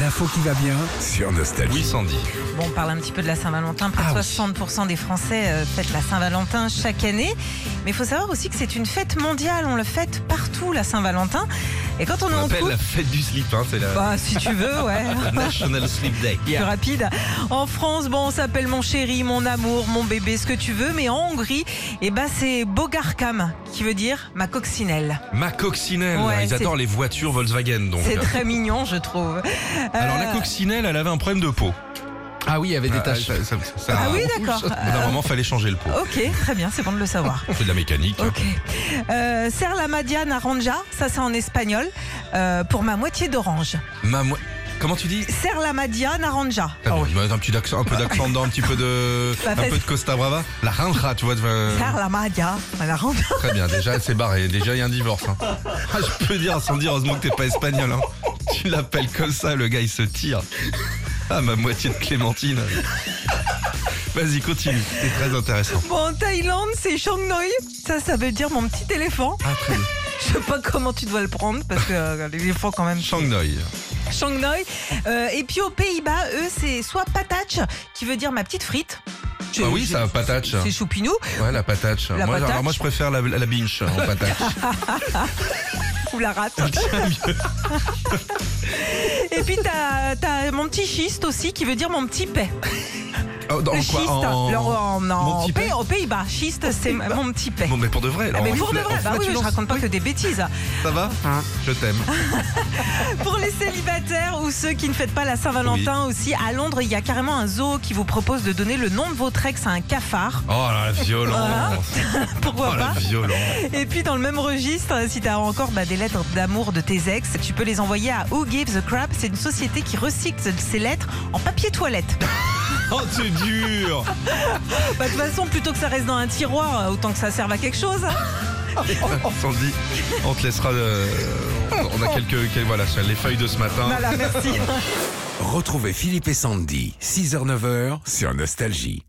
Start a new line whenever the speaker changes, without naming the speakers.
L'info qui va bien.
Sur Nostalgie.
Oui, Sandy.
Bon, on parle un petit peu de la Saint-Valentin. Près
Ah
de
oui.
60% des Français euh, fêtent la Saint-Valentin chaque année. Mais il faut savoir aussi que c'est une fête mondiale. On le fête partout, la Saint-Valentin. Et quand on est
On
en
appelle
couple.
la fête du slip, hein, c'est la
Bah, si tu veux, ouais.
National Slip Day.
Plus rapide. En France, bon, on s'appelle mon chéri, mon amour, mon bébé, ce que tu veux. Mais en Hongrie, eh ben, c'est Bogarkam, qui veut dire ma coccinelle.
Ma coccinelle,
Ouais,
ils
c'est-
adorent les voitures Volkswagen donc.
C'est très mignon, je trouve.
Alors
Euh,
la coccinelle, elle avait un problème de peau.
Ah oui, il y avait
Euh,
des
Ah,
taches.
ça- ça- ça-
Ah oui, d'accord.
Au bout d'un moment, fallait changer le pot.
Ok, très bien, c'est bon de le savoir.
On fait de la mécanique.
Ok. Euh, Serre la Madiana Ranja, ça c'est en espagnol, euh, pour ma moitié d'orange.
Ma mo- Comment tu dis
Serre la Madiana Ranja.
T'as bien, un petit accent, un peu d'accent dedans, un petit peu de,
Bah,
un
parce-
peu de Costa Brava. La ranja, tu vois. euh, tu vois-
Serre la Madia, la Ranja.
Très bien. Déjà, c'est barré. Déjà, il y a un divorce. hein. Ah, je peux dire, Sandy, heureusement que t'es pas espagnol. hein. Tu l'appelles comme ça, le gars, il se tire. Ah, ma moitié de Clémentine. Vas-y, continue. C'est très intéressant.
Bon, en Thaïlande, c'est Shangnoi. Ça, ça veut dire mon petit éléphant.
Ah, très bien.
Je sais pas comment tu dois le prendre, parce que euh, l'éléphant quand même.
Shangnoi.
Shangnoi. Euh, et puis aux Pays-Bas, eux, c'est soit patatch, qui veut dire ma petite frite. Je-
Ah oui,
je-
ça, patatch.
C'est choupinou.
Ouais, la patatch.
La
moi, Alors,
patatch.
moi, je préfère la, la binge en patatch.
ou la rate.
Ah,
Et puis t'as t'as mon petit schiste aussi qui veut dire mon petit paix.
Oh, dans
Le
quoi
schiste,
En-
le- en-
Mon
en-
petit paix
Pays- aux Pays-Bas, schiste c'est mon petit paix.
Bon, mais pour de vrai.
Ah,
alors,
mais
en
pour de
fla-
vrai,
en
bah oui, oui, je
flatulence.
raconte Hein. pas que des bêtises.
Ça va Je t'aime.
Pour les célibataires ou ceux qui ne fêtent pas la Saint-Valentin aussi, à Londres, il y a carrément un zoo qui vous propose de donner le nom de votre ex à un cafard.
Oh la violence
Pourquoi
Oh la
pas
violence
Et puis dans le même registre, si tu as encore bah, des lettres d'amour de tes ex, tu peux les envoyer à Who Gives a Crap. C'est une société qui recycle ces lettres en papier toilette.
Oh, c'est dur
Bah, de toute façon, plutôt que ça reste dans un tiroir, euh, autant que ça serve à quelque chose.
Sandy, on te laissera. euh, on a quelques, quelques- Voilà, les feuilles de ce matin.
Voilà, merci.
Retrouvez Philippe et Sandy, 6h-9h, sur Nostalgie.